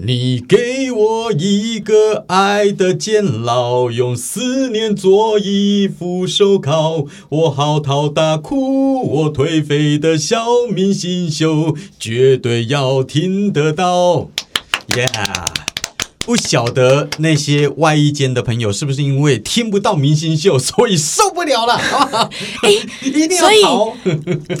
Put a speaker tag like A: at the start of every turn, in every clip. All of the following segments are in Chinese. A: 你给我一个爱的监牢，用思念做一副手铐。我嚎啕大哭，我颓废的小民新秀，绝对要听得到。Yeah，不晓得那些外衣间的朋友是不是因为听不到明星秀，所以受不 了了？哎， 一定
B: 所以
A: 要逃。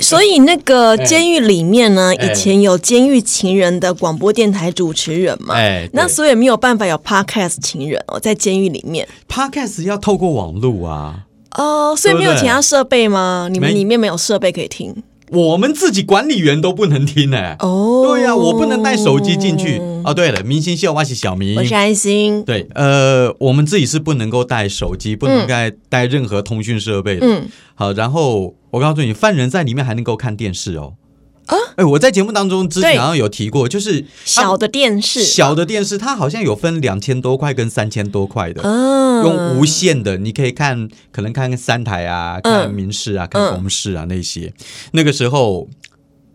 B: 所以那个监狱里面呢，
A: 哎
B: 以前有监狱情人的广播电台主持人嘛，
A: 哎对
B: 那所以没有办法有 podcast 情人哦，在监狱里面
A: Podcast 要透过网路啊，
B: 哦，所以没有
A: 对不对
B: 其他设备吗？你
A: 没
B: 们里面没有设备可以听
A: 我们自己管理员都不能听哎、
B: 哦？
A: 对呀、我不能带手机进去。哦，对了，明星秀我是小明
B: 我。是安心，
A: 对，呃，我们自己是不能够带手机，不能带带任何通讯设备的。
B: 嗯，
A: 好，然后我告诉你，犯人在里面还能够看电视哦。啊，哎，我在节目当中之前
B: 对
A: 好像有提过，就是
B: 小
A: 的
B: 的电视，
A: 小的电视，它好像有分两千多块跟三千多块的。
B: 嗯，
A: 用无线的，你可以看，可能看三台啊，看民视啊，看
B: 嗯
A: 公视啊那些。那个时候，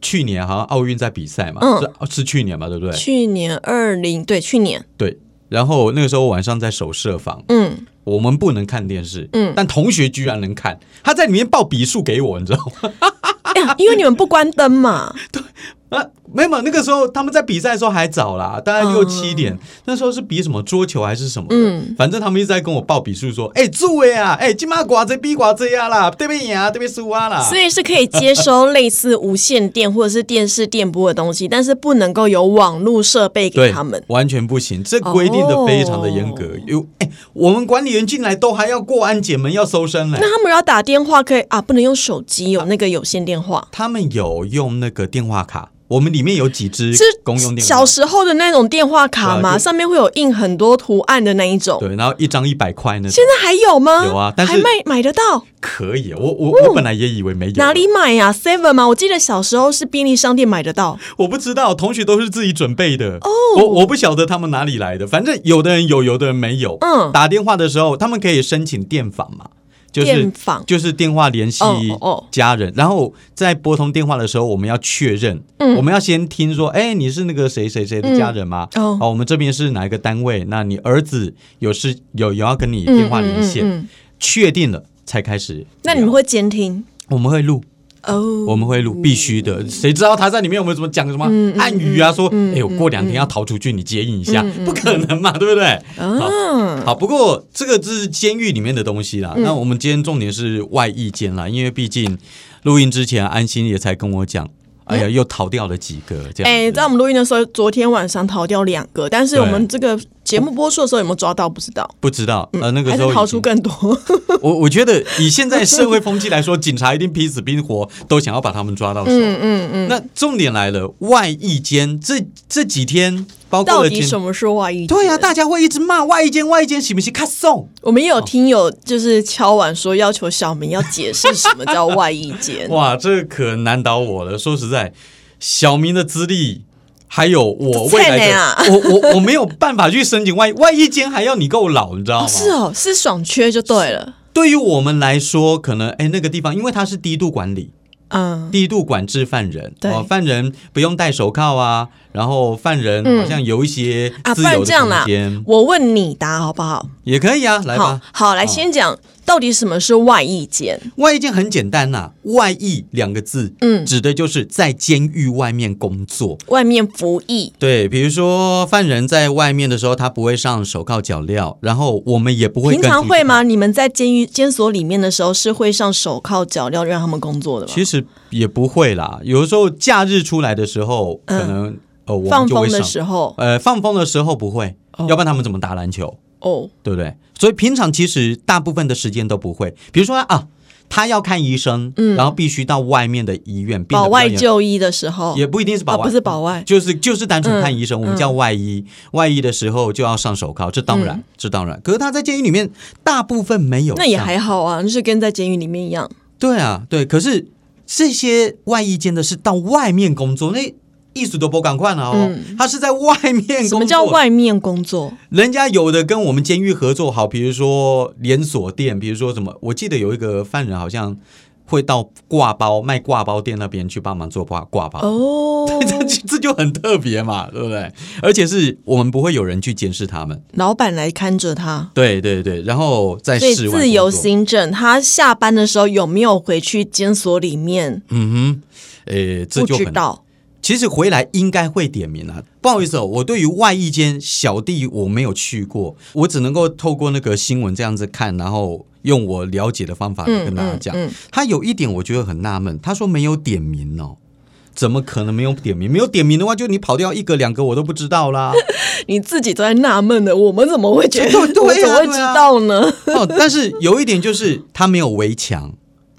A: 去年好像奥运在比赛嘛，
B: 嗯
A: 是是去年嘛，对不对？
B: 去年二零对，去年
A: 对。然后那个时候晚上在守社房，
B: 嗯，
A: 我们不能看电视，
B: 嗯
A: 但同学居然能看，他在里面报笔数给我，你知道吗？
B: 哎呀，因为你们不关灯嘛，
A: 啊，没有，没有那个时候他们在比赛的时候还早啦，大概六七点，那时候是比什么桌球还是什么的，
B: 嗯
A: 反正他们一直在跟我报笔数，说，哎、诸位啊，哎、今嘛寡这比寡这呀啦，对边赢啊，对边输啊啦，
B: 所以是可以接收类似无线电或者是电视电波的东西，但是不能够有网络设备给他们。
A: 完全不行，这规定的非常的严格
B: 哦。
A: 有、哎，我们管理员进来都还要过安检门，要搜身嘞。
B: 那他们要打电话可以啊，不能用手机，有那个有线电话，
A: 他们有用那个电话卡，我们里面有几支
B: 是
A: 公用电话
B: 小，时候的那种电话卡
A: 对啊
B: 嘛，
A: 就
B: 上面会有印很多图案的那一种。
A: 对，然后一张一百块那种
B: 现。在还有吗？
A: 有啊但是
B: 还卖买得到？
A: 可以，我我、我本来也以为没有，
B: 哦哪里买呀、s e v e n 吗？我记得小时候是便利商店买得到。
A: 我不知道，同学都是自己准备的。哦，我我不晓得他们哪里来的，反正有的人有，有的人没有。
B: 嗯
A: 打电话的时候，他们可以申请电访嘛，就是
B: 电访
A: 就是电话联系
B: 哦哦哦
A: 家人，然后在拨通电话的时候，我们要确认，
B: 嗯
A: 我们要先听说，哎，你是那个谁谁谁的家人吗？
B: 嗯哦
A: 好，我们这边是哪一个单位？那你儿子有事有有要跟你电话连线，
B: 嗯嗯嗯
A: 确定了才开始。
B: 那你们会监听
A: 我们会录。
B: 哦
A: 我们会录，必须的。谁知道他在里面有没有什么讲什么暗语啊？说，哎、我过两天要逃出去，你接应一下，不可能嘛，对不对？好，好。不过这个就是监狱里面的东西啦。那我们今天重点是外役监啦，因为毕竟录音之前，安心也才跟我讲，哎呀，又逃掉了几个这样子。
B: 哎、在我们录音的时候，昨天晚上逃掉两个，但是我们
A: 对
B: 这个节目播出的时候有没有抓到不知道，
A: 不知道，呃，那个
B: 还
A: 时
B: 是
A: 候
B: 逃
A: 已
B: 出
A: 经
B: 更多。
A: 我我觉得以现在社会风气来说，警察一定拼死拼活都想要把他们抓到手。嗯嗯嗯。那重点来了，外役间这这几天，包括
B: 到
A: 了
B: 底
A: 今
B: 什么是啊外衣？
A: 对呀、大家会一直骂外衣间外衣间是不是卡送？
B: 我们也有听友就是敲碗说要求小明要解释什么叫外衣间。
A: 哇，这可难倒我了。说实在，小明的资历。还有我
B: 这
A: 未来
B: 菜
A: 的，
B: 呢啊
A: 我我我没有办法去申请外外衣间，还要你够老，你知道吗？
B: 哦，是哦，是爽缺就对了。
A: 对于我们来说，可能哎那个地方，因为它是低度管理，
B: 嗯，
A: 低度管制犯人，
B: 对
A: 哦，犯人不用戴手铐啊，然后犯人好像有一些
B: 嗯啊，
A: 自
B: 不
A: 由
B: 然
A: 的
B: 这样啦
A: 空间，，
B: 我问你答好不好？
A: 也可以啊，来
B: 好
A: 吧。
B: 好，来先讲到底什么是外衣间。
A: 外役间很简单呐、外役两个字，
B: 嗯
A: 指的就是在监狱外面工作。
B: 外面服役，
A: 对，比如说犯人在外面的时候，他不会上手铐脚镣，然后我们也不会
B: 平
A: 跟
B: 常
A: 出去
B: 会吗？你们在监狱监所里面的时候是会上手铐脚镣让他们工作的吗？
A: 其实也不会啦，有的时候假日出来的时候，
B: 嗯
A: 可能呃我
B: 放
A: 们就会
B: 风的
A: 上，
B: 时候
A: 呃放风的时候不会，要不然他们怎么打篮球？
B: 哦，
A: 对不对？所以平常其实大部分的时间都不会，比如说啊，他要看医生，然后必须到外面的医院，病得
B: 嗯保
A: 比较
B: 外
A: 严
B: 就医的时候
A: 也不一定是保
B: 啊，
A: 外，
B: 不是保外，嗯
A: 就是就是单纯看医生，我们叫外医。外医的时候就要上手铐，这当然，这当然。可是他在监狱里面大部分没有上，
B: 嗯那也还好啊，就是跟在监狱里面一样。
A: 对啊，对。可是这些外医间的是到外面工作，那艺术都不敢看了哦，他是在外面工作。
B: 嗯什么叫外面 工作？
A: 人家有的跟我们监狱合作好，比如说连锁店，比如说什么，我记得有一个犯人好像会到挂包卖挂包店那边去帮忙做挂挂包。
B: 哦，
A: 这就这就很特别嘛，对不对？而且是我们不会有人去监视他们，
B: 老板来看着他。
A: 对对对，然后在
B: 所以
A: 室外
B: 自由
A: 工作
B: 行政，他下班的时候有没有回去监所里面？
A: 嗯哼，诶，这
B: 不
A: 就
B: 知
A: 很。
B: 道。
A: 其实回来应该会点名啊。不好意思哦，我对于外一间小弟我没有去过，我只能够透过那个新闻这样子看，然后用我了解的方法
B: 嗯
A: 跟大家讲。
B: 嗯嗯
A: 他有一点我觉得很纳闷，他说没有点名哦。怎么可能没有点名？没有点名的话，就你跑掉一个两个，我都不知道啦。
B: 你自己都在纳闷的，我们怎么会觉得？
A: 对对啊
B: 我怎么会知道呢？
A: 哦，但是有一点就是他没有围墙，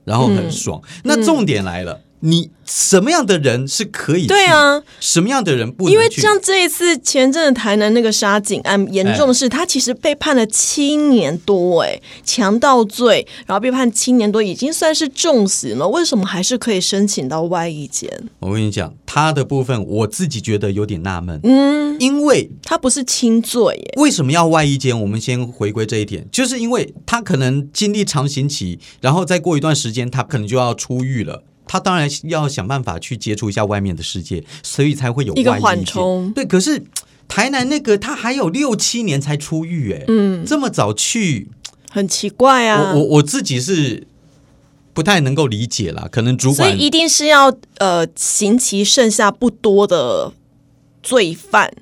A: 然后很爽。
B: 嗯
A: 那重点来了，你什么样的人是可以去
B: 对，啊，
A: 什么样的人不能去？哎
B: 因为像这一次前阵子台南那个杀警案，严重的是他其实被判了七年多、哎，强盗罪，然后被判七年多，已经算是重刑了，为什么还是可以申请到外役监？
A: 我跟你讲，他的部分我自己觉得有点纳闷，嗯，因为
B: 他不是轻罪、耶，
A: 为什么要外衣间？我们先回归这一点，就是因为他可能经历长刑期，然后再过一段时间，他可能就要出狱了。他当然要想办法去接触一下外面的世界，所以才会有
B: 一个
A: 外衣
B: 缓
A: 间
B: 冲
A: 对，可是台南那个他还有六七年才出狱，哎，嗯，这么早去，
B: 很奇怪啊。
A: 我我我自己是不太能够理解啦。可能主
B: 所
A: 管
B: 以一定是要呃刑期剩下不多的罪犯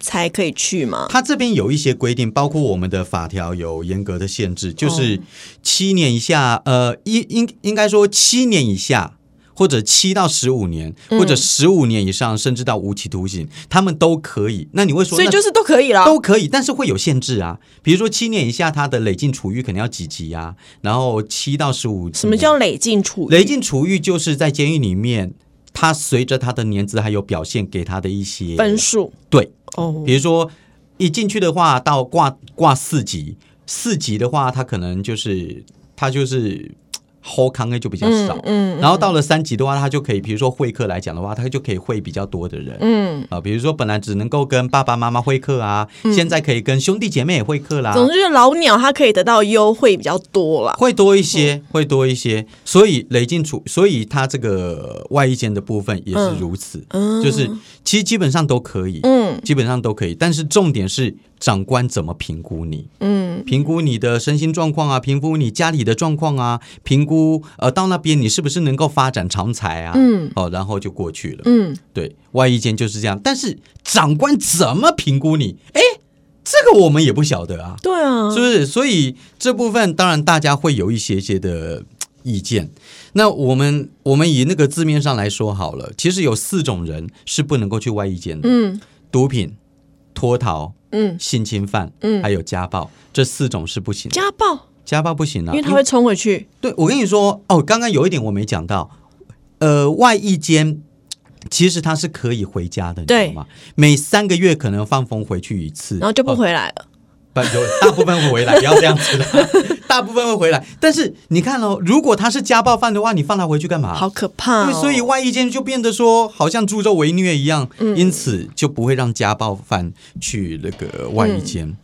B: 才可以去嘛？
A: 它这边有一些规定，包括我们的法条有严格的限
B: 哦
A: 制，就是七年以下，呃，应应应该说七年以下。或者七到十五年，
B: 嗯
A: 或者十五年以上，甚至到无期徒刑，他们都可以。那你会说，
B: 所以就是都可以啦
A: 那。都可以，但是会有限制啊。比如说七年以下，他的累进处遇可能要几级啊？然后七到十五，
B: 什么叫累进处遇？
A: 雷进处遇就是在监狱里面，他随着他的年资还有表现给他的一些
B: 分数
A: 对，
B: 哦，
A: 比如说一进去的话，到挂挂四级，四级的话，他可能就是他就是后康 A 就比较少。
B: 嗯
A: 然后到了三级的话，他就可以，比如说会客来讲的话，他就可以会比较多的人，
B: 嗯，
A: 啊，比如说本来只能够跟爸爸妈妈会客啊，现在可以跟兄弟姐妹也会客啦，
B: 总之就是老鸟他可以得到优惠比较多啦。
A: 会多一
B: 嗯
A: 些，会多一些。所以累进处，所以他这个外衣间的部分也是如此，
B: 嗯
A: 就是其实基本上都可以，
B: 嗯
A: 基本上都可以。但是重点是长官怎么评估你，
B: 嗯，
A: 评估你的身心状况啊，评估你家里的状况啊，评估呃到那边你是不是能够发展长才啊，
B: 嗯
A: 哦，然后就过去了。
B: 嗯，
A: 对外衣间就是这样，但是长官怎么评估你？哎，这个我们也不晓得啊。
B: 对啊，
A: 是不是？所以这部分当然大家会有一些些的嘖意见。那我们我们以那个字面上来说好了，其实有四种人是不能够去外衣间的：
B: 嗯
A: 毒品、脱逃、
B: 嗯，
A: 性侵犯，
B: 嗯
A: 还有家暴，这四种是不行的。
B: 家暴，
A: 家暴不行啊，
B: 因为他会冲回去，
A: 对我跟你说哦，刚刚有一点我没讲到，呃，外衣间。其实他是可以回家的，你知
B: 对
A: 道吗？每三个月可能放风回去一次，
B: 然后就不
A: 哦
B: 回来了。
A: 不，有大部分会回来，不要这样子啦。 大部分会回来，但是你看哦，如果他是家暴犯的话，你放他回去干嘛？
B: 好可怕、
A: 对，
B: 哦！
A: 啊所以外衣间就变得说，好像助纣为虐一样，
B: 嗯
A: 因此就不会让家暴犯去那个外衣间。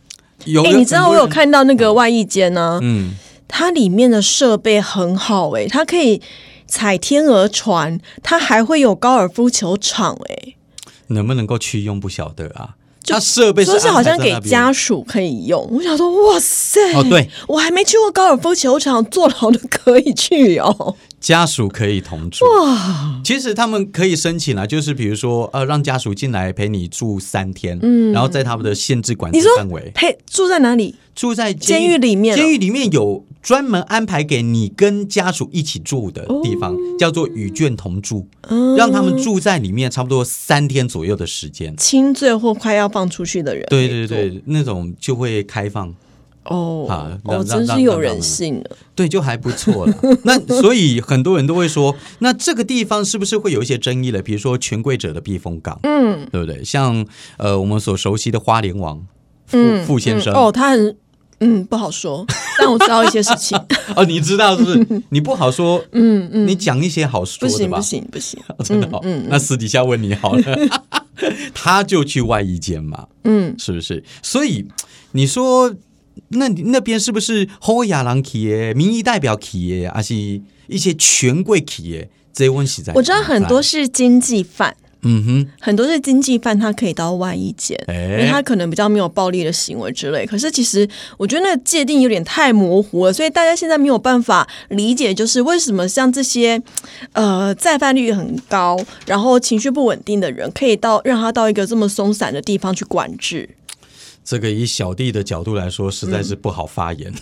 A: 有
B: 哎、
A: 人
B: 你知道我有，看到那个外衣间呢、
A: 很多人嗯，
B: 它里面的设备很好诶、它可以踩天鹅船，它还会有高尔夫球场哎诶、
A: 能不能够去用不晓得啊。他设备是
B: 说是好像
A: 安排在
B: 给
A: 那边
B: 家属可以用。我想说，哇塞，
A: 哦对，
B: 我还没去过高尔夫球场，坐牢的可以去哦。
A: 家属可以同住其实他们可以申请啊，就是比如说呃，让家属进来陪你住三天，嗯，然后在他们的限制管制
B: 你说
A: 范围。
B: 呸，住在哪里？
A: 住在
B: 监狱里面哦
A: 监狱里面有专门安排给你跟家属一起住的地方，
B: 哦
A: 叫做与眷同住，让他们住在里面差不多三天左右的时间。
B: 轻罪或快要放出去的人，
A: 对对，对，那种就会开放，好
B: 哦，
A: 让
B: 哦，真
A: 让
B: 是有
A: 让
B: 人性啊的。
A: 对，就还不错 了。那所以很多人都会说，那这个地方是不是会有一些争议了？比如说权贵者的避风港，
B: 嗯
A: 对不对？像呃我们所熟悉的花莲王傅、
B: 嗯，
A: 傅先生，
B: 嗯哦，他很嗯不好说，但我知道一些事 情。
A: 哦，你知道是不是？你不好说，嗯嗯，你讲一些好
B: 不
A: 说的
B: 行
A: 吧
B: 不。行不行，嗯
A: 真的、哦，那私底下问你 好了，他就去外衣间嘛，
B: 嗯，
A: 是不是？所以你说，那你那边是不是侯亚郎企业民意代表企业，还是一些权贵企业，这问实在
B: 我知道很多，是经济犯，
A: 嗯哼，
B: 很多是经济犯，他可以到外衣间，
A: 哎
B: 因为他可能比较没有暴力的行为之类。可是其实我觉得那个界定有点太模糊了，所以大家现在没有办法理解，就是为什么像这些呃再犯率很高，然后情绪不稳定的人，可以到让他到一个这么松散的地方去管制。
A: 这个以小弟的角度来说，实在是不好发言。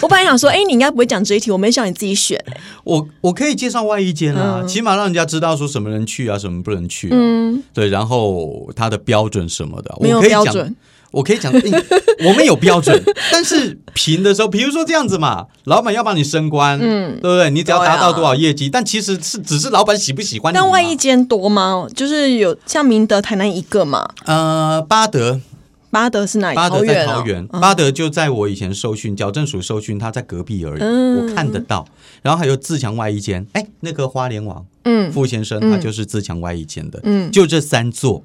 B: 我本来想说，哎、你应该不会讲这一题，我没想你自 己选、
A: 我我可以介绍外衣间啊，
B: 嗯
A: 起码让人家知道说什么人去啊，什么不能去、嗯，对，然后它的标准什么的，
B: 没有
A: 我可以
B: 标
A: 讲
B: 准。
A: 我可以讲， 嗯我们有标准，但是评的时候，比如说这样子嘛，老板要帮你升官，嗯，对不对？你只要
B: 对啊
A: 达到多少业绩，但其实是只是老板喜不喜欢你嘛。
B: 但外衣间多吗？就是有像明德、台南一个嘛，
A: 呃，巴德
B: 巴德是哪里？
A: 巴德在
B: 啊
A: 桃园，巴德就在我以前受训矫正署受训，他在隔壁而已，
B: 嗯
A: 我看得到。然后还有自强外衣间，哎，那个花莲王，
B: 嗯，
A: 傅先生他就是自强外衣间的，
B: 嗯
A: 就这三座。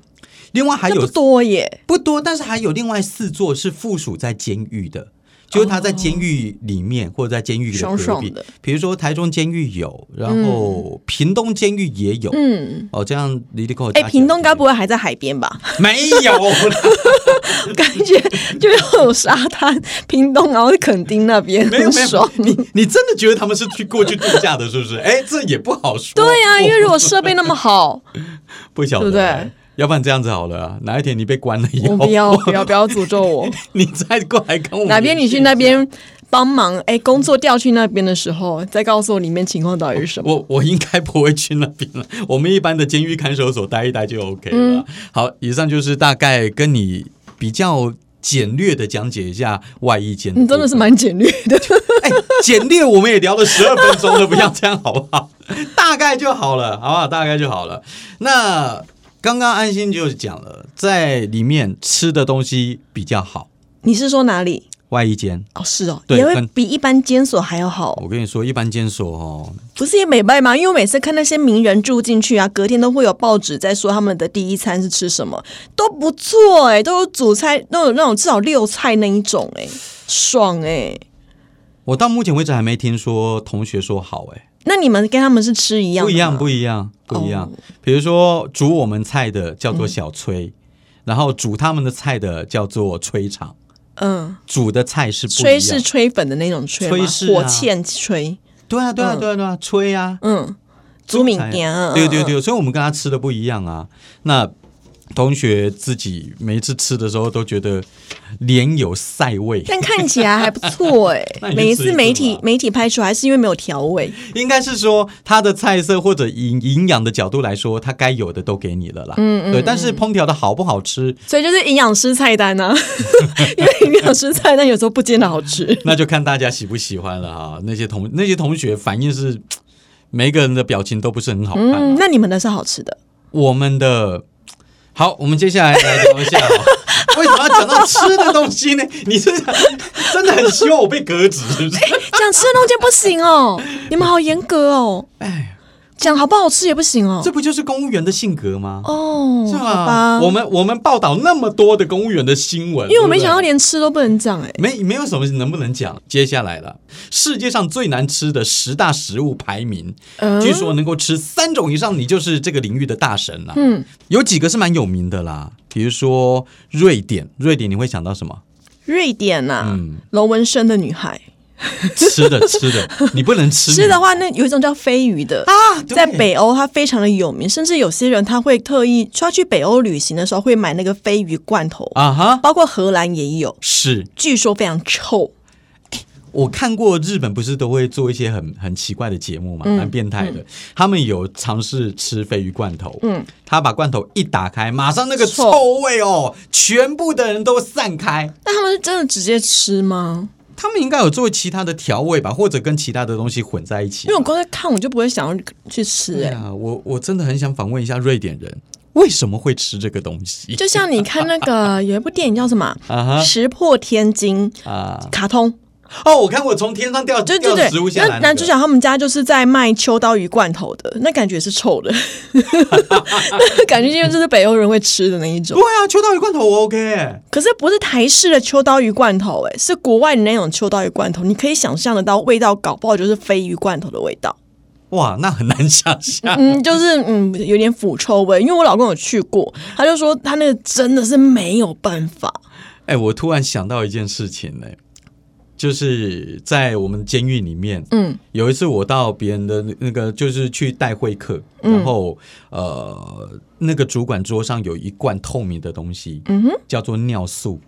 A: 另外还
B: 那
A: 有
B: 不多耶。
A: 不多，但是还有另外四座是附属在监狱的，就是他在监狱里面、或者在监狱的
B: 哦爽
A: 隔
B: 爽
A: 壁
B: 的，
A: 比如说台中监狱有，然后屏东监狱也有。
B: 嗯，
A: 哦，这样离离口
B: 哎、屏东该不会还在海 边吧？
A: 没有啦，
B: 感觉就有沙滩，屏东然后是垦丁那边，
A: 没有
B: 很
A: 没
B: 爽
A: 有， 你你真的觉得他们是去过去度假的，是不 是？哎，这也不好说。
B: 对呀、因为如果设备那 么好，
A: 不晓得，
B: 对不对？
A: 要不然这样子好了啊，哪一天你被关了以后，
B: 我不要不要不要诅咒我。
A: 你再过来跟我
B: 哪边你去
A: 联系
B: 那边帮忙，哎，工作调去那边的时候，再告诉我里面情况到底是什么。
A: 我我应该不会去那边了，我们一般的监狱看守所待一待就 OK
B: 嗯
A: 了。好，以上就是大概跟你比较简略的讲解一下外衣间。
B: 你嗯真的是蛮简略的，
A: 哎，简略我们也聊了十二分钟了，不要这样好不好？大概就好了，好不好？大概就好了。那刚刚安心就讲了，在里面吃的东西比较好，
B: 你是说哪里？
A: 外衣间。
B: 哦，是哦，
A: 对
B: 也会
A: 跟
B: 比一般监所还要好，
A: 我跟你说，一般监所哦，
B: 不是也美败吗？因为我每次看那些名人住进去啊，隔天都会有报纸在说他们的第一餐是吃什么，都不错哎、都有主菜，都有那种至少六菜那一种哎、爽哎、
A: 我到目前为止还没听说同学说好哎、
B: 那你们跟他们是吃一样
A: 不
B: 的
A: 一样，
B: 吗
A: 不一样，不一样
B: 哦。嗯
A: 比如说煮我们菜的叫做小炊，然后煮他们的菜的叫做炊场，
B: 嗯，
A: 煮的菜是不一
B: 吹是
A: 样。
B: 吹粉的那种吹吗？
A: 吹是啊
B: 火箭吹，
A: 对啊，对啊，对啊，对啊，炊啊，
B: 嗯，朱敏
A: 才
B: 典，嗯
A: 对对，对，所以我们跟他吃的不一样啊。那同学自己每一次吃的时候都觉得脸有塞味，
B: 但看起来还不错哎、
A: 那你就
B: 每一
A: 吃
B: 次
A: 一
B: 媒
A: 次
B: 体
A: 吧
B: 媒体拍出来是因为没有调味，
A: 应该是说它的菜色或者营营养的角度来说，它该有的都给你了啦。嗯嗯对，但是烹调的好不好吃，
B: 所以就是营养师菜单 呢、啊，因为营养师菜单有时候不见得好吃。
A: 那就看大家喜不喜欢了哈。那些同那些同学反应是，每个人的表情都不是很好看。
B: 嗯，那你们的是好吃的，
A: 我们的好，我们接下来来聊一下、哦， 为什么要讲到吃的东西呢？你是真的很希望我被革职是不是？
B: 讲吃的东西不行 哦，你们好严格哦，
A: 哎，
B: 讲好不好吃也不行哦
A: 这。不就是公务员的性格吗？
B: 哦，
A: 是
B: 好
A: 吗？
B: 吧，
A: 我们我们报道那么多的公务员的新闻，
B: 因为我
A: 对不
B: 没
A: 对
B: 想到连吃都不能讲哎、
A: 没没有什么能不能讲。接下来了，世界上最难吃的十大食物排名，
B: 嗯
A: 据说能够吃三种以上，你就是这个领域的大神啦。
B: 嗯，
A: 有几个是蛮有名的啦，比如说瑞典，瑞典你会想到什么？
B: 瑞典呐、
A: 嗯
B: 罗文生的女孩。
A: 吃 的吃的，你不能吃
B: 吃的话，那有一种叫飞鱼的
A: 啊对
B: 在北欧它非常的有名，甚至有些人他会特意他去北欧旅行的时候会买那个飞鱼罐头，
A: 啊哈，
B: 包括荷兰也有，
A: 是
B: 据说非常臭。
A: 我看过日本不是都会做一些很很奇怪的节目嘛，
B: 嗯
A: 蛮变态的。他们有尝试吃鲱鱼罐头，嗯，他把罐头一打开，马上那个
B: 臭
A: 臭味哦，全部的人都散开。
B: 那他们是真的直接吃吗？
A: 他们应该有做其他的调味吧，或者跟其他的东西混在一起
B: 因为。我光在看我就不会想要去吃、
A: 对
B: 哎、
A: 啊，我我真的很想访问一下瑞典人，为什么会吃这个东西？
B: 就像你看那个有一部电影叫什么
A: 啊哈
B: 《石破天惊》
A: 啊，
B: 卡通，
A: 哦，我看过从天上掉
B: 对对
A: 掉
B: 对
A: 食物，下来、那
B: 那
A: 个
B: 男主角他们家就是在卖秋刀鱼罐头的，那感觉是臭 的， 那感觉就是北欧人会吃的那一种
A: 对。啊，秋刀鱼罐头我 OK，欸
B: 可是不是台式的秋刀鱼罐头、欸，是国外的那种秋刀鱼罐头，你可以想象得到味道，搞不好就是鲱鱼罐头的味 道。
A: 哇，那很难想象。
B: 嗯，就是嗯，有点腐臭味。因为我老公有去过，他就说他那个真的是没有办法。
A: 哎、我突然想到一件事情呢、就是在我们监狱里面，
B: 嗯，
A: 有一次我到别人的那个，就是去带会客，然后、呃，那个主管桌上有一罐透明的东西，嗯哼，叫做尿素。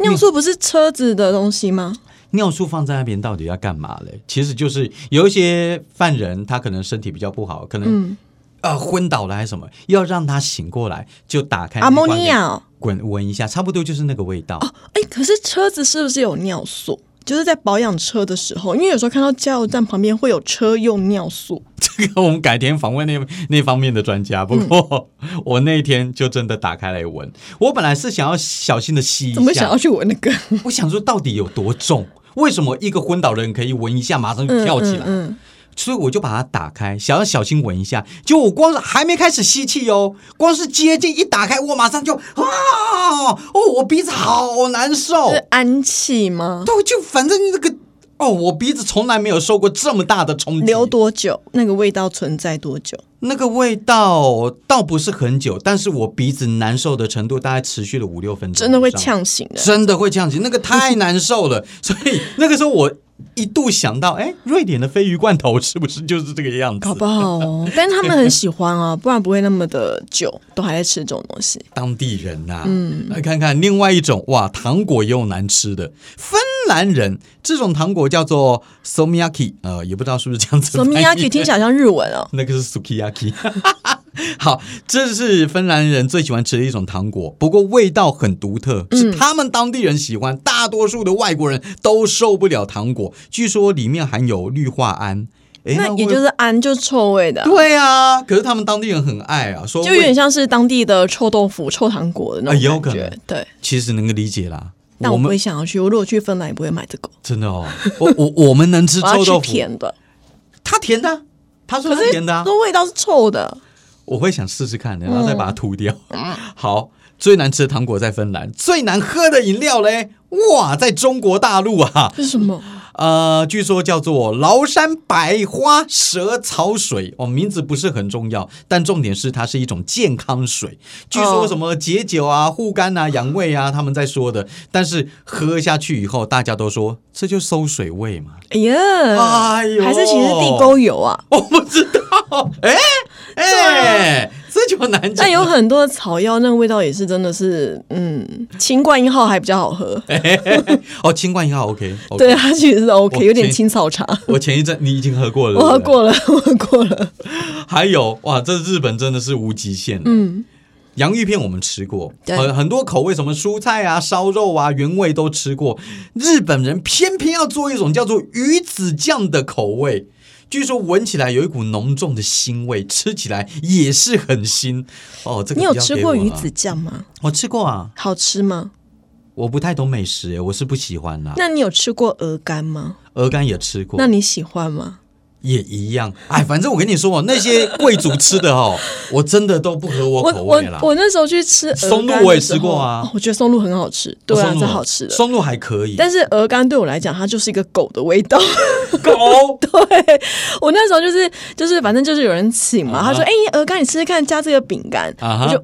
B: 尿素不是车子的东西吗？
A: 尿素放在那边到底要干嘛嘞？其实就是有一些犯人，他可能身体比较不好，可能、
B: 嗯
A: 呃昏倒了还是什么，要让他醒过来，就打开
B: 阿莫
A: 那罐
B: 尼亚哦，
A: 滚闻一下，差不多就是那个味 道。
B: 哎、可是车子是不是有尿素？就是在保养车的时候，因为有时候看到加油站旁边会有车用尿素，
A: 这个我们改天访问那那方面的专
B: 嗯
A: 家。不过、我那一天就真的打开来闻，我本来是想要小心的吸一下，
B: 怎么会想要去闻那个？
A: 我想说到底有多重？为什么一个昏倒的人可以闻一下马上就 跳起来？
B: 嗯
A: 所以我就把它打开，想要小心闻一下。就我光是还没开始吸气哦，光是接近一打开，我马上就啊哦，我鼻子好难受
B: 嗯，。是氨气吗？
A: 对，就反正那个哦，我鼻子从来没有受过这么大的冲击。
B: 留多久？那个味道存在多久？
A: 那个味道倒不是很久，但是我鼻子难受的程度大概持续了五六分钟，
B: 真的会，呛醒的。
A: 真的会呛起，那个太难受了。 所以那个时候我一度想到，哎，瑞典的鲱鱼罐头是不是就是这个样子
B: 搞？不 好哦，但是他们很喜欢啊，不然不会那么的久都还在吃这种 东西。
A: 当地人呐、
B: 嗯
A: 来看看另外一种哇，糖果也有难吃的。芬兰人这种糖果叫做 somiaki，呃，也不知道是不是这样子
B: 所
A: 翻
B: 以
A: 译。
B: miyaki 听起来像日文哦，
A: 那个是 sukiyaki。好，这是芬兰人最喜欢吃的一种糖果，不过味道很独特，
B: 嗯
A: 是他们当地人喜欢，大多数的外国人都受不了糖果。据说里面含有氯化铵，诶
B: 那
A: 哎会
B: 也就是氨就是臭味的啊，
A: 对啊。可是他们当地人很爱啊，说
B: 就有点
A: 味
B: 像是当地的臭豆腐、臭糖果的那
A: 啊也有
B: 种
A: 可
B: 感
A: 能
B: 觉。对，
A: 其实能够理解啦。
B: 但
A: 我
B: 我不
A: 们
B: 会想要去，我如果去芬兰也不会买这个，
A: 真的哦，我我我们能吃
B: 我要
A: 臭
B: 吃
A: 豆腐，
B: 甜的。
A: 它甜的啊，他说
B: 可
A: 它
B: 是嗯
A: 甜的啊，
B: 那味道是臭的，
A: 我会想试试看的，然后再把它吐掉。
B: 嗯
A: 好，最难吃的糖果在芬兰，最难喝的饮料嘞，哇，在中国大陆啊，
B: 这是什么？
A: 呃，据说叫做崂山百花蛇草水哦，名字不是很重要，但重点是它是一种健康水，据说什么解酒啊、
B: 哦
A: 护肝啊、养胃啊，他们在说的，但是喝下去以后，大家都说这就馊水味嘛。
B: 哎呀，
A: 哎呦哦
B: 还是其实是地沟油啊？
A: 我不知道，哎哎，这就难讲。
B: 但啊有很多草药，那个味道也是真的是，嗯，清冠一号还比较好喝。
A: 哦，清冠一号 OK，, o k
B: 对，它其实是 OK，
A: 哎我
B: 有点
A: 前
B: 青草茶。
A: 我前一阵你已经喝过了，
B: 我喝
A: 对不对。
B: 过了， 我喝过了。
A: 还有哇，这日本真的是无极限。嗯，洋芋片我们吃过，
B: 对
A: 很很多口味，什么蔬菜啊、烧肉啊、原味都吃过。日本人偏偏要做一种叫做鱼子酱的口味。据说闻起来有一股浓重的腥味，吃起来也是很腥哦。这个
B: 你有
A: 不要
B: 吃
A: 给
B: 过
A: 我啊
B: 鱼子？酱吗？
A: 我吃过啊，
B: 好吃吗？
A: 我不太懂美食，我是不喜欢啦。
B: 那你有吃过鹅肝吗？
A: 鹅肝也吃过，
B: 那你喜欢吗？
A: 也一样。哎，反正我跟你说哦，那些贵族吃的 哦，我真的都不合我
B: 我
A: 口
B: 我
A: 味啦。
B: 我那时候去吃鹅肝
A: 松露
B: 的时候
A: 我也吃过啊
B: 哦我觉得松露很好吃，对
A: 哦
B: 啊，
A: 松露
B: 这好吃的。
A: 松露还可以，
B: 但是鹅肝对我来讲，它就是一个狗的味道。
A: 狗
B: 对 我那时候就是就是，反正就是有人请嘛，
A: 啊哈
B: 他说：“哎、鹅肝你吃吃看，加这个饼干。
A: 啊哈
B: 我就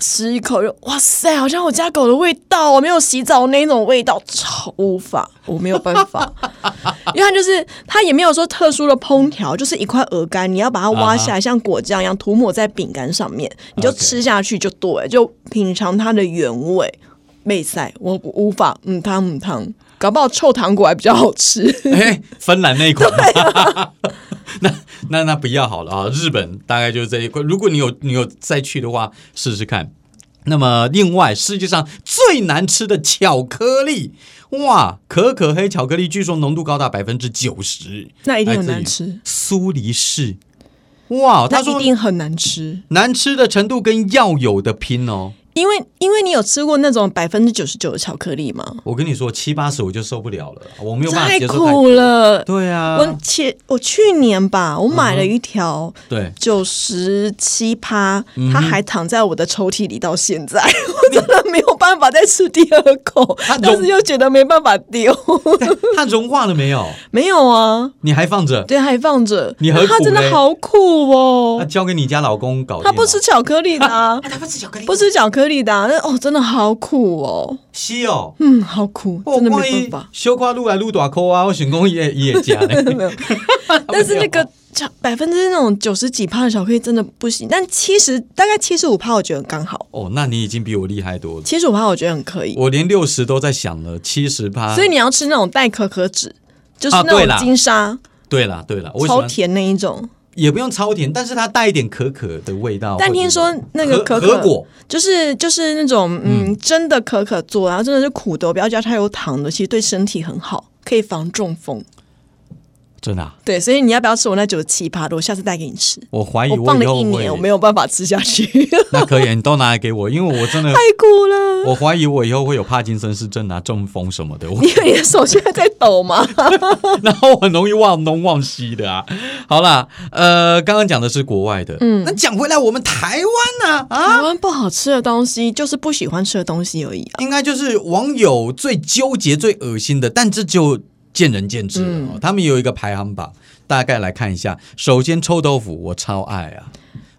B: 吃一口，就哇塞，好像我家狗的味道，我没有洗澡那种味道，超无法，我没有办法， 因为它就是它也没有说特殊的烹调，就是一块鹅肝，你要把它挖下来像果酱一样涂抹在饼干上面，你就
A: 啊 OK
B: 吃下去就对了，就品尝它的原味。妹塞，我无法，嗯汤嗯汤，搞不好臭糖果还比较 好吃。
A: 哎，芬兰那一款。那那那不要好了啊！日本大概就是这一块。如果你有你有再去的话，试试看。那么，另外世界上最难吃的巧克力，哇，可可黑巧克力据说浓度高达百分之九十，
B: 那一定
A: 来
B: 很
A: 自于
B: 难吃
A: 苏黎世，哇，
B: 那
A: 他说
B: 一定很难吃，
A: 难吃的程度跟药有的拼哦。
B: 因为因为你有吃过那种百分之九十九的巧克力吗？
A: 我跟你说，七八十我就受不了了，我没有办法
B: 太
A: 接受太
B: 苦。了。
A: 对啊，嗯
B: 我前我去年吧，我买了一条
A: 对，
B: 九十七趴，
A: 嗯
B: 它还躺在我的抽屉里到现在， 我真的没有办法再吃第二口
A: 它，
B: 但
A: 融
B: 是又觉得没办法丢。
A: 它融化了没有？
B: 没有啊，
A: 你还放着？
B: 对，还放着。
A: 你何苦
B: 它真
A: 嘞
B: 的好苦
A: 那
B: 哦，
A: 交给你家老公搞定
B: 它
A: 了。
B: 不吃巧克力的、啊，
A: 他不吃巧克力
B: 不吃巧克力的、啊，那哦，真的好苦哦，
A: 西哦。
B: 嗯，好苦，
A: 我
B: 真的
A: 万
B: 没
A: 一
B: 办法。
A: 小可愈来愈大颗啊，我想讲也也啊加 呢。
B: 但是那个巧百分之那种九十几趴的巧克力真的不行，但七十大概七十五趴，我觉得刚好。
A: 哦，那你已经比我厉害多了。
B: 七十五趴我觉得很可以，
A: 我连六十都在想了，七十趴。
B: 所以你要吃那种带可可脂，就是
A: 啊
B: 那
A: 对啦
B: 种金沙、
A: 对啦对啦，我喜
B: 超
A: 欢
B: 甜那一种。
A: 也不用超甜，但是它带一点可可的味道。
B: 但听说那个
A: 可
B: 可
A: 可
B: 可
A: 果
B: 就是就是那种嗯，真的可可做，然后真的是苦的，不要加太多糖的，其实对身体很好，可以防中风。
A: 真的啊，
B: 对，所以你要不要吃我那九十七趴的？我下次带给你吃。
A: 哎我怀疑
B: 我放
A: 以
B: 了
A: 后
B: 一年，我没
A: 会。
B: 有办法吃下去，
A: 那可以，你都拿来给我，因为我真的，
B: 太苦了。
A: 我怀疑我以后会有帕金森氏症啊、中风什么的。我
B: 你你的手现在在抖吗？
A: 然后我很容易忘东忘西的啊。好啦，呃，刚刚讲的是国外的，嗯，那讲回来我们台湾呢、啊，
B: 台湾不好吃的东西就是不喜欢吃的东西而已啊。
A: 应该就是网友最纠结、最恶心的，但这就见仁见智了、哦。
B: 嗯
A: 他们有一个排行榜，大概来看一下。首先，臭豆腐我超爱啊，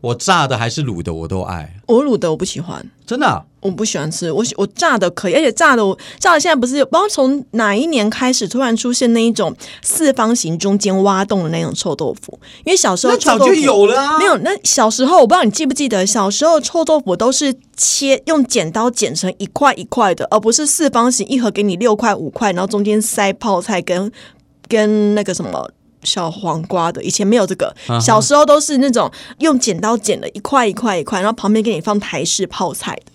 A: 我炸的还是卤的我都爱，
B: 我卤的我不喜欢，
A: 真的啊、
B: 我不喜欢吃，我喜我炸的可以，而且炸的我炸的现在不是有不知道从哪一年开始突然出现那一种四方形中间挖洞的那种臭豆腐，因为小时候
A: 那
B: 臭
A: 早
B: 豆腐
A: 就有了啊。
B: 没有，那小时候我不知道你记不记得，小时候臭豆腐都是切用剪刀剪成一块一块的，而不是四方形一盒给你六块五块，然后中间塞泡菜跟跟那个什么。小黄瓜的，以前没有这个
A: 啊哈
B: 小时候都是那种用剪刀剪的，一块一块一块，然后旁边给你放台式泡菜的，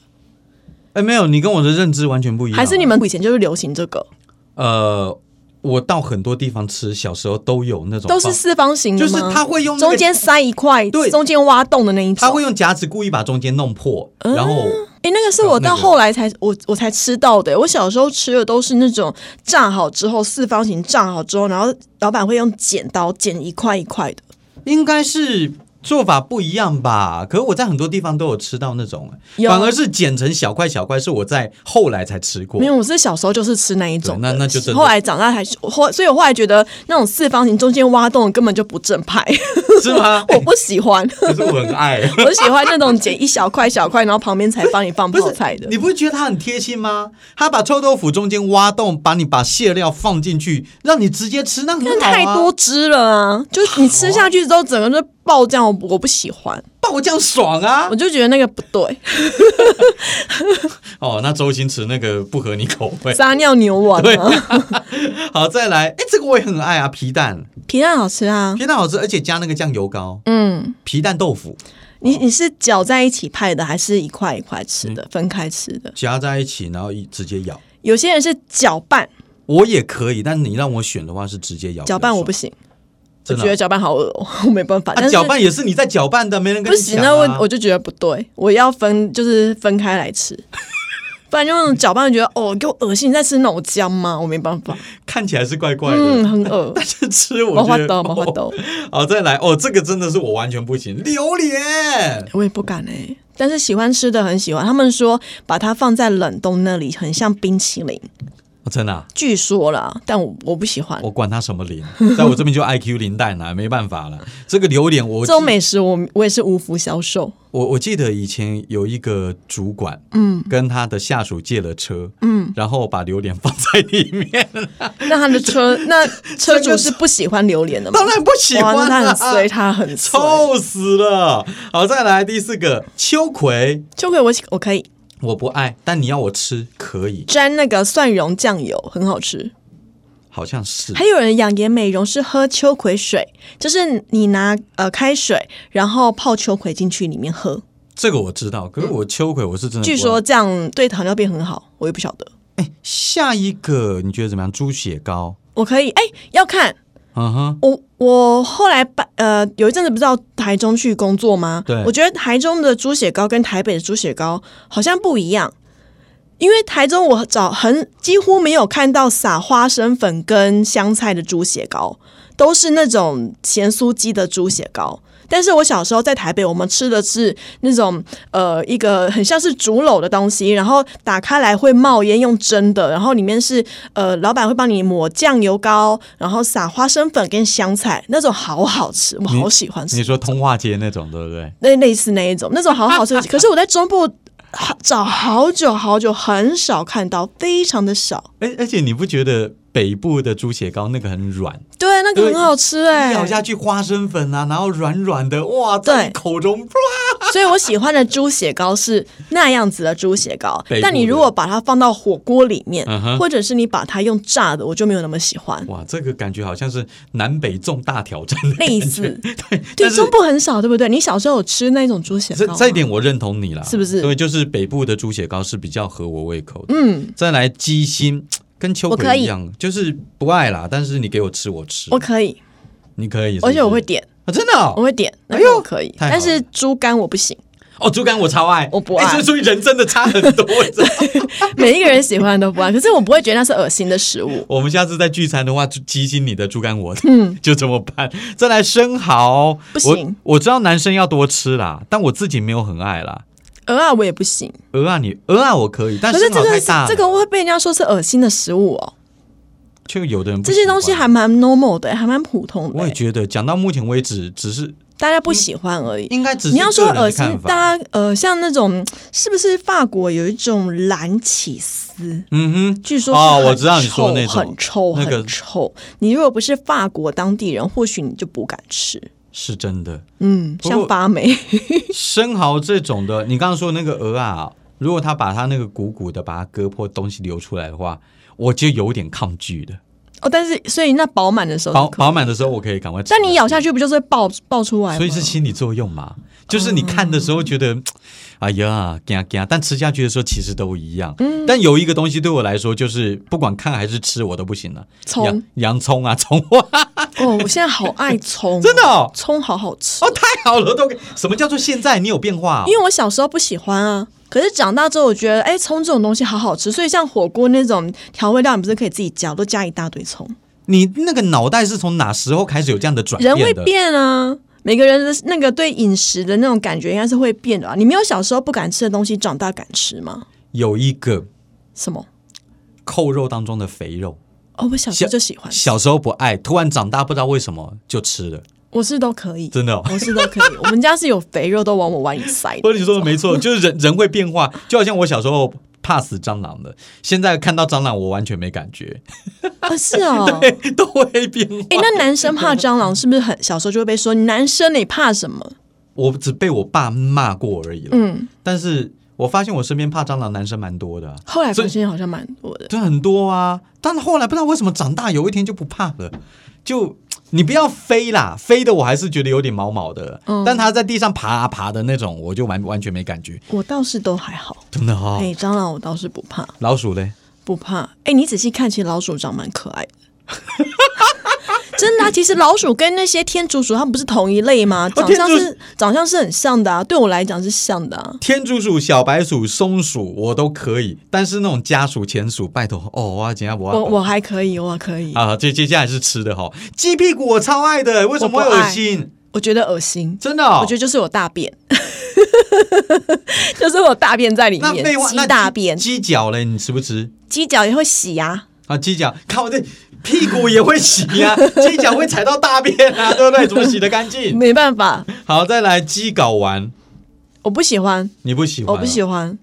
A: 哎，没有，你跟我的认知完全不一样。啊
B: 还是你们以前就是流行这个，
A: 呃，我到很多地方吃，小时候都有那种
B: 都
A: 放
B: 是四方形的
A: 就是
B: 吗？
A: 他会用那个
B: 中间塞一块，
A: 对
B: 中间挖洞的那一种。
A: 他会用夹子故意把中间弄破，然后
B: 哎、那个是
A: 呃
B: 我到后来才我我才吃到的、我小时候吃的都是那种炸好之后四方形炸好之后，然后老板会用剪刀剪一块一块的。
A: 应该是做法不一样吧？可是我在很多地方都有吃到那种，哎
B: 有
A: 反而是剪成小块小块，是我在后来才吃过
B: 没。有，我是小时候就是吃那一种的。
A: 对那那就真的
B: 后来长大才后，所以我后来觉得那种四方形中间挖洞的根本就不正派，
A: 是吗
B: 我不喜欢。
A: 可是我很爱。
B: 我喜欢那种剪一小块小块，然后旁边才帮你放
A: 不
B: 泡
A: 是
B: 菜的。
A: 你不会觉得他很贴心吗？他把臭豆腐中间挖洞，把你把馅料放进去，让你直接吃，那很好、啊、
B: 但太多汁了啊！就是你吃下去之后，整个就爆浆，我不我不喜欢，
A: 爆酱爽啊
B: 我！就觉得那个不对，
A: 哦，那周星驰那个不合你口味。
B: 撒尿牛丸
A: 对
B: 啊，
A: 好，再来，哎，这个我也很爱啊，皮蛋，
B: 皮蛋好吃啊。
A: 皮蛋好吃，而且加那个酱油膏，
B: 嗯，
A: 皮蛋豆腐
B: 你你是搅在一起派的，还是一块一块吃的，分开吃的？
A: 夹在一起，然后一直接咬。
B: 有些人是搅拌，
A: 我也可以，但你让我选的话是直接咬。
B: 搅拌我不，行，我
A: 真的
B: 觉得搅拌好恶、哦，我没办法。但
A: 啊，
B: 是
A: 搅拌也是你在搅拌的，没人跟
B: 不
A: 你
B: 行，
A: 讲、啊。
B: 那我我就觉得不对，我要分就是分开来 吃，不然就那种搅拌，觉得哦，给我恶心，你在吃脑浆吗？我没办法，
A: 看起来是怪怪的，
B: 嗯，很恶。
A: 但是吃我
B: 毛
A: 觉
B: 花
A: 得
B: 豆，毛花
A: 哦
B: 豆，
A: 好，再来哦，这个真的是我完全不行。榴莲，
B: 我也不敢哎、但是喜欢吃的很喜欢，他们说把它放在冷冻那里，很像冰淇淋，
A: 哦、真的啊、
B: 据说啦，但我我不喜欢。
A: 我管它什么零，在我这边就 IQ 零蛋啦，没办法了。这个榴莲我
B: 这种美食我我也是无福消受。
A: 我我记得以前有一个主管，嗯，跟他的下属借了车，嗯，然后把榴莲放在里面，
B: 那他的车，那车主是不喜欢榴莲的 吗？
A: 当然不喜欢啊
B: 哇
A: 啦、
B: 那他很衰，他很衰。
A: 臭死了！好，再来第四个秋葵，
B: 秋葵我喜我可以
A: 我不爱，但你要我吃可以，
B: 沾那个蒜蓉酱油，很好吃。
A: 嗯好像是
B: 还有人养颜美容是喝秋葵水，就是你拿呃开水，然后泡秋葵进去里面喝，
A: 这个我知道，可是我秋葵我是真的不爱。
B: 嗯据说这样对糖尿病很好，我也不晓得。
A: 下一个你觉得怎么样？猪血糕，
B: 我可以，哎、要看
A: 嗯哼，
B: 我我后来把呃，有一阵子不是到台中去工作吗？
A: 对
B: 我觉得台中的猪血糕跟台北的猪血糕好像不一样，因为台中我找很几乎没有看到撒花生粉跟香菜的猪血糕，都是那种咸酥鸡的猪血糕。但是我小时候在台北，我们吃的是那种呃一个很像是竹篓的东西，然后打开来会冒烟，用蒸的，然后里面是呃老板会帮你抹酱油膏，然后撒花生粉跟香菜，那种好好吃，我好喜欢吃
A: 你。说通化街那种，对不 对？
B: 那类似那一种，那种好好吃。可是我在 中部好找好久好久，很少看到，非常的少。
A: 哎而而且你不觉得北部的猪血糕那个很软，
B: 对，那个很好吃哎、
A: 咬下去花生粉啊，然后软软的，哇，在你
B: 对
A: 口中，
B: 所以我喜欢的猪血糕是那样子的猪血糕
A: 北部的，
B: 但你如果把它放到火锅里面
A: 嗯哼，
B: 或者是你把它用炸的，我就没有那么喜欢。
A: 哇，这个感觉好像是南北重大挑战的感
B: 类
A: 觉
B: 似
A: 对，但
B: 对，
A: 是
B: 中部很少，对不对？你小时候有吃那种猪血
A: 这
B: 糕吗
A: 这一点我认同你啦，
B: 是不是
A: 对，就是北部的猪血糕是比较合我胃口的。嗯，再来鸡心跟秋
C: 我可
A: 葵
C: 以
A: 一样，就是不爱啦，但是你给我吃我吃，
B: 我可以，
A: 你可以是不
B: 而
A: 是，
B: 且我会点，
A: 啊真的
B: 我
A: 哦，
B: 会点，那
A: 哎呦
B: 个我可以，
A: 太好了
B: 但是猪肝我不行。
A: 哦猪肝我超爱，
B: 我不
A: 哎
B: 爱
A: 所以所以人真的差很多。你知道吗
B: 每一个人喜欢的都不爱，可是我不会觉得那是恶心的食物。
A: 我们下次再聚餐的话，就鸡心你的，猪肝我的，嗯， 就这么办。再来生蚝，
B: 不行
A: 我，我知道男生要多吃啦，但我自己没有很爱啦。
B: 鹅啊，我也不行。
A: 鹅啊你，鹅啊我可以，但
B: 可是
A: 生
B: 这
A: 蚝
B: 个
A: 太
B: 是
A: 大了，
B: 这个会被人家说是恶心的食物哦。
A: 就有的人不
B: 这些东
A: 喜
B: 西
A: 欢
B: 还蛮 normal 的，还蛮普通
A: 我也
B: 的，欸
A: 觉嗯得，讲到目前为止，只是
B: 大家不喜欢而已。
A: 应该只是
B: 你要说
A: 个人
B: 恶
A: 的
B: 心
A: 看，法
B: 大家呃，像那种是不是法国有一种蓝起司？
A: 嗯哼，
B: 据说
A: 哦
B: 是很
A: 我知道你说
B: 臭
A: 那种
B: 很臭
A: 那个
B: 很臭。你如果不是法国当地人，或许你就不敢吃。
A: 是真的。
B: 嗯，
A: 不过
B: 像发霉，
A: 生蚝这种的，你刚刚说那个鹅啊，如果他把它那个鼓鼓的把它割破，东西流出来的话，我就有点抗拒的。
B: 哦，但是所以那饱满的时候
A: 饱
B: 就呃可以，
A: 饱满的时候，我可以赶快吃。
B: 但你咬下去不就是会爆爆出来吗？哦
A: 所以是心理作用嘛，就是你看的时候觉得，哎呀，嘎嘎，但吃下去的时候其实都一样。
B: 嗯
A: 但有一个东西对我来说，就是不管看还是吃，我都不行了。
B: 葱
A: 洋洋葱啊， 葱花，
B: 哦，我现在好爱葱，
A: 真的哦
B: 葱好好吃
A: 哦，太好了，都给什么叫做现在你有变化、哦？
B: 因为我小时候不喜欢啊，可是长大之后我觉得，哎、葱这种东西好好吃，所以像火锅那种调味料，你不是可以自己加，我都加一大堆葱。
A: 你那个脑袋是从哪时候开始有这样的转变
B: 人
A: 的？
B: 会变啊，每个人的那个对饮食的那种感觉应该是会变的啊。你没有小时候不敢吃的东西，长大敢吃吗？
A: 有一个
B: 什么？
A: 扣肉当中的肥肉，
B: 哦，我小时候就喜欢，
A: 小时候不爱，突然长大不知道为什么就吃了，
B: 我是都可以，
A: 真的、哦。
B: 我是都可以。我们家是有肥肉都往我碗里塞 的。
A: 或者你说的没错，就是人人会变化，就好像我小时候怕死蟑螂的，现在看到蟑螂我完全没感觉，
B: 啊，是哦。
A: 都会变化。
B: 哎、那男生怕蟑螂是不是很小时候就会被说男生你怕什么？
A: 我只被我爸骂过而已了，
B: 嗯，
A: 但是我发现我身边怕蟑螂男生蛮多的、啊。
B: 后来
A: 所
B: 发
A: 以
B: 现好像蛮多的。
A: 对，很多啊。但后来不知道为什么长大有一天就不怕了，就你不要飞啦，飞的我还是觉得有点毛毛的。
B: 嗯
A: 但它在地上爬啊爬的那种，我就完完全没感觉，
B: 我倒是都还好。
A: 真的哈、
B: 哎、
A: 哦。
B: 蟑螂我倒是不怕，
A: 老鼠嘞，
B: 不怕。哎、你仔细看，其实老鼠长蛮可爱的。 真的、啊，其实老鼠跟那些天竺鼠，它们不是同一类吗？长相
A: 哦天
B: 是、长相是很像的啊，对我来讲是像的啊。
A: 天竺鼠、小白鼠、松鼠我都可以，但是那种家鼠、钱鼠，拜托哦，我要捡下我要
B: 我我还可以，我还可以，
A: 啊，这接下来是吃的哈、鸡屁股我超爱的，为什么会
B: 我不
A: 恶
B: 爱
A: 心？
B: 我觉得恶心。
A: 真的、哦，
B: 我觉得就是我大便， 就是我大便在里
A: 那
B: 面
A: 废话，，那
B: 鸡大便，
A: 鸡脚嘞，你吃不吃？
B: 鸡脚也会洗啊。
A: 啊，鸡脚，看我这 屁股也会洗呀、鸡脚会踩到大便啊，对不对？怎么洗得干 净？
B: 没办法，
A: 好，再来鸡睾丸，
B: 我不喜欢，
A: 你不喜欢、啊
B: 我不喜。欢。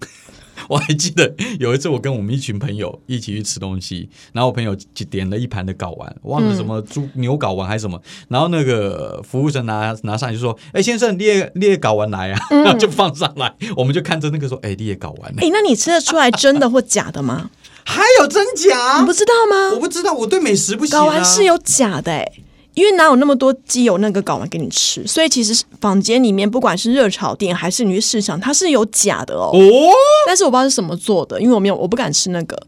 A: 我还记得有一次，我跟我们一群朋友一起去吃东西，然后我朋友就点了一盘的睾丸，忘了什么猪牛睾丸还是什么，然后那个服务生拿拿上来就说：“哎，先生，列列睾丸来啊！”然
B: 嗯
A: 后就放上来，我们就看着那个说：“哎，列睾丸呢
B: 哎、那你吃得出来真的或假的吗？
A: 还有真假
B: 你不？知道吗？
A: 我不知道，我对美食不行、啊。
B: 睾丸是有假的哎、因为哪有那么多鸡有那个睾丸给你吃？所以其实坊间里面不管是热炒店还是你去市场，它是有假的哦。
A: 哦。啊
B: 但是我不知道是什么做的，因为我没有，我不敢吃那个。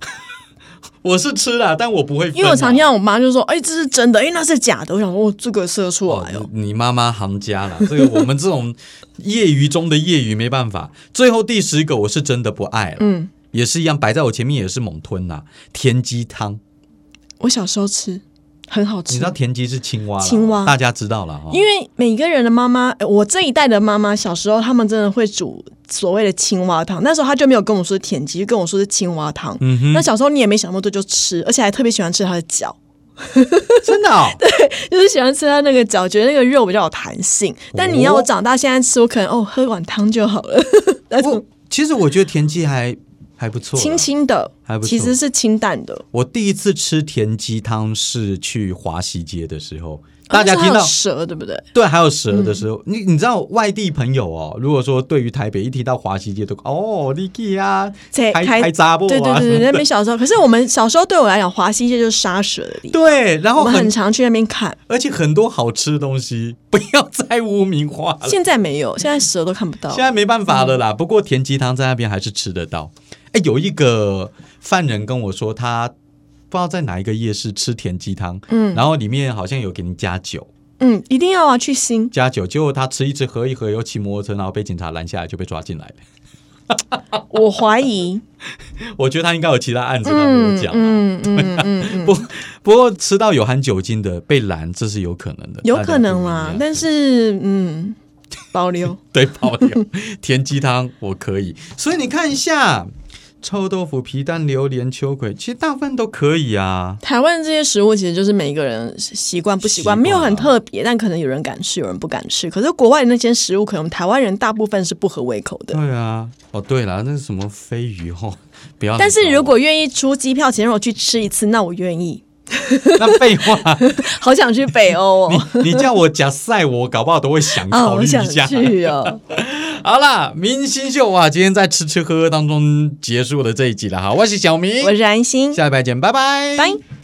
A: 我是吃啦，但我不会分啊、
B: 因为我常听到我妈就说：“哎、这是真的，哎、那是假的。”我想说，哦，这个射出
A: 哦
B: 来哦，，
A: 你妈妈行家啦， 这个我们这种业余中的业余没办法。最后第十个，我是真的不爱了，
B: 嗯，
A: 也是一样，摆在我前面也是猛吞啦。田鸡汤，
B: 我小时候吃很好
A: 你
B: 吃
A: 知道，田鸡是青蛙啦，
B: 青蛙
A: 大家知道了哈。
B: 因为每个人的妈妈，呃我这一代的妈妈，小时候他们真的会煮所谓的青蛙汤。那时候她就没有跟我说田鸡，就跟我说是青蛙汤。
A: 嗯哼，
B: 那小时候你也没想那么多就吃，而且还特别喜欢吃它的脚。
A: 真的、 哦，
B: 就是喜欢吃它那个饺，觉得那个肉比较有弹性。
A: 哦
B: 但你要我长大现在吃，我可能哦喝碗汤就好了，那种
A: 我其实我觉得田鸡还还不错啦，啊
B: 清清的
A: 还，不错
B: 其实是清淡的。
A: 我第一次吃田鸡汤是去华西街的时候，大家
B: 哦那
A: 听
B: 时候还有
A: 到、
B: 蛇对不对？
A: 对，还有蛇的
B: 嗯
A: 时候，你你知道外地朋友哦，如果说对于台北一提到华西街都哦，你去啊，
B: 在
A: 开
B: 开
A: 开杂布啊，
B: 对对对对，那边 小时候，可是我们小时候对我来讲，华西街就是杀蛇的地方，
A: 对然后
B: 我们
A: 很
B: 很常去那边看。
A: 而且很多好吃的东 西，不要再污名化了。
B: 现在没有，现在蛇都看不到
A: 现。在没办法了啦，
B: 嗯
A: 不过田鸡汤在那边还是吃得到。哎，有一个犯人跟我说，他不知道在哪一个夜市吃田鸡汤，嗯，然后里面好像有给你加酒，
B: 嗯，一定要啊，去新。
A: 加酒，结果他吃一吃喝一喝，又骑摩托车，然后被警察拦下来，就被抓进来了。
B: 我怀疑，
A: 我觉得他应该有其他案子他没有
B: 嗯
A: 讲。啊
B: 嗯 嗯嗯嗯，
A: 不不过吃到有含酒精的被拦，这是有可能的，
B: 有可能
A: 大家
B: 啦
A: 不一样，
B: 但是嗯，保留。
A: 对泡料田鸡汤我可以，所以你看一下臭豆腐、皮蛋、榴莲、秋葵，其实大部分都可以啊。
B: 台湾这些食物其实就是每一个人习惯不习惯，
A: 习惯啊
B: 没有很特别，但可能有人敢吃，有人不敢吃。可是国外的那些食物，可能台湾人大部分是不合胃口的。
A: 对啊，哦对了，那是什么飞鱼哦， 不要。
B: 但是如果愿意出机票钱让我去吃一次，那我愿意。
A: 那废话，
B: 好想去北欧哦，
A: 你叫我夹赛，我搞不好都会 想
B: 啊，
A: 考虑
B: 我
A: 一
B: 想
A: 下。
B: 去哦。
A: 好啦，明星秀哇，今天在吃吃喝喝当中结束了这一集了哈。我是小明，
B: 我是安心，
A: 下礼拜见，拜拜，
B: 拜。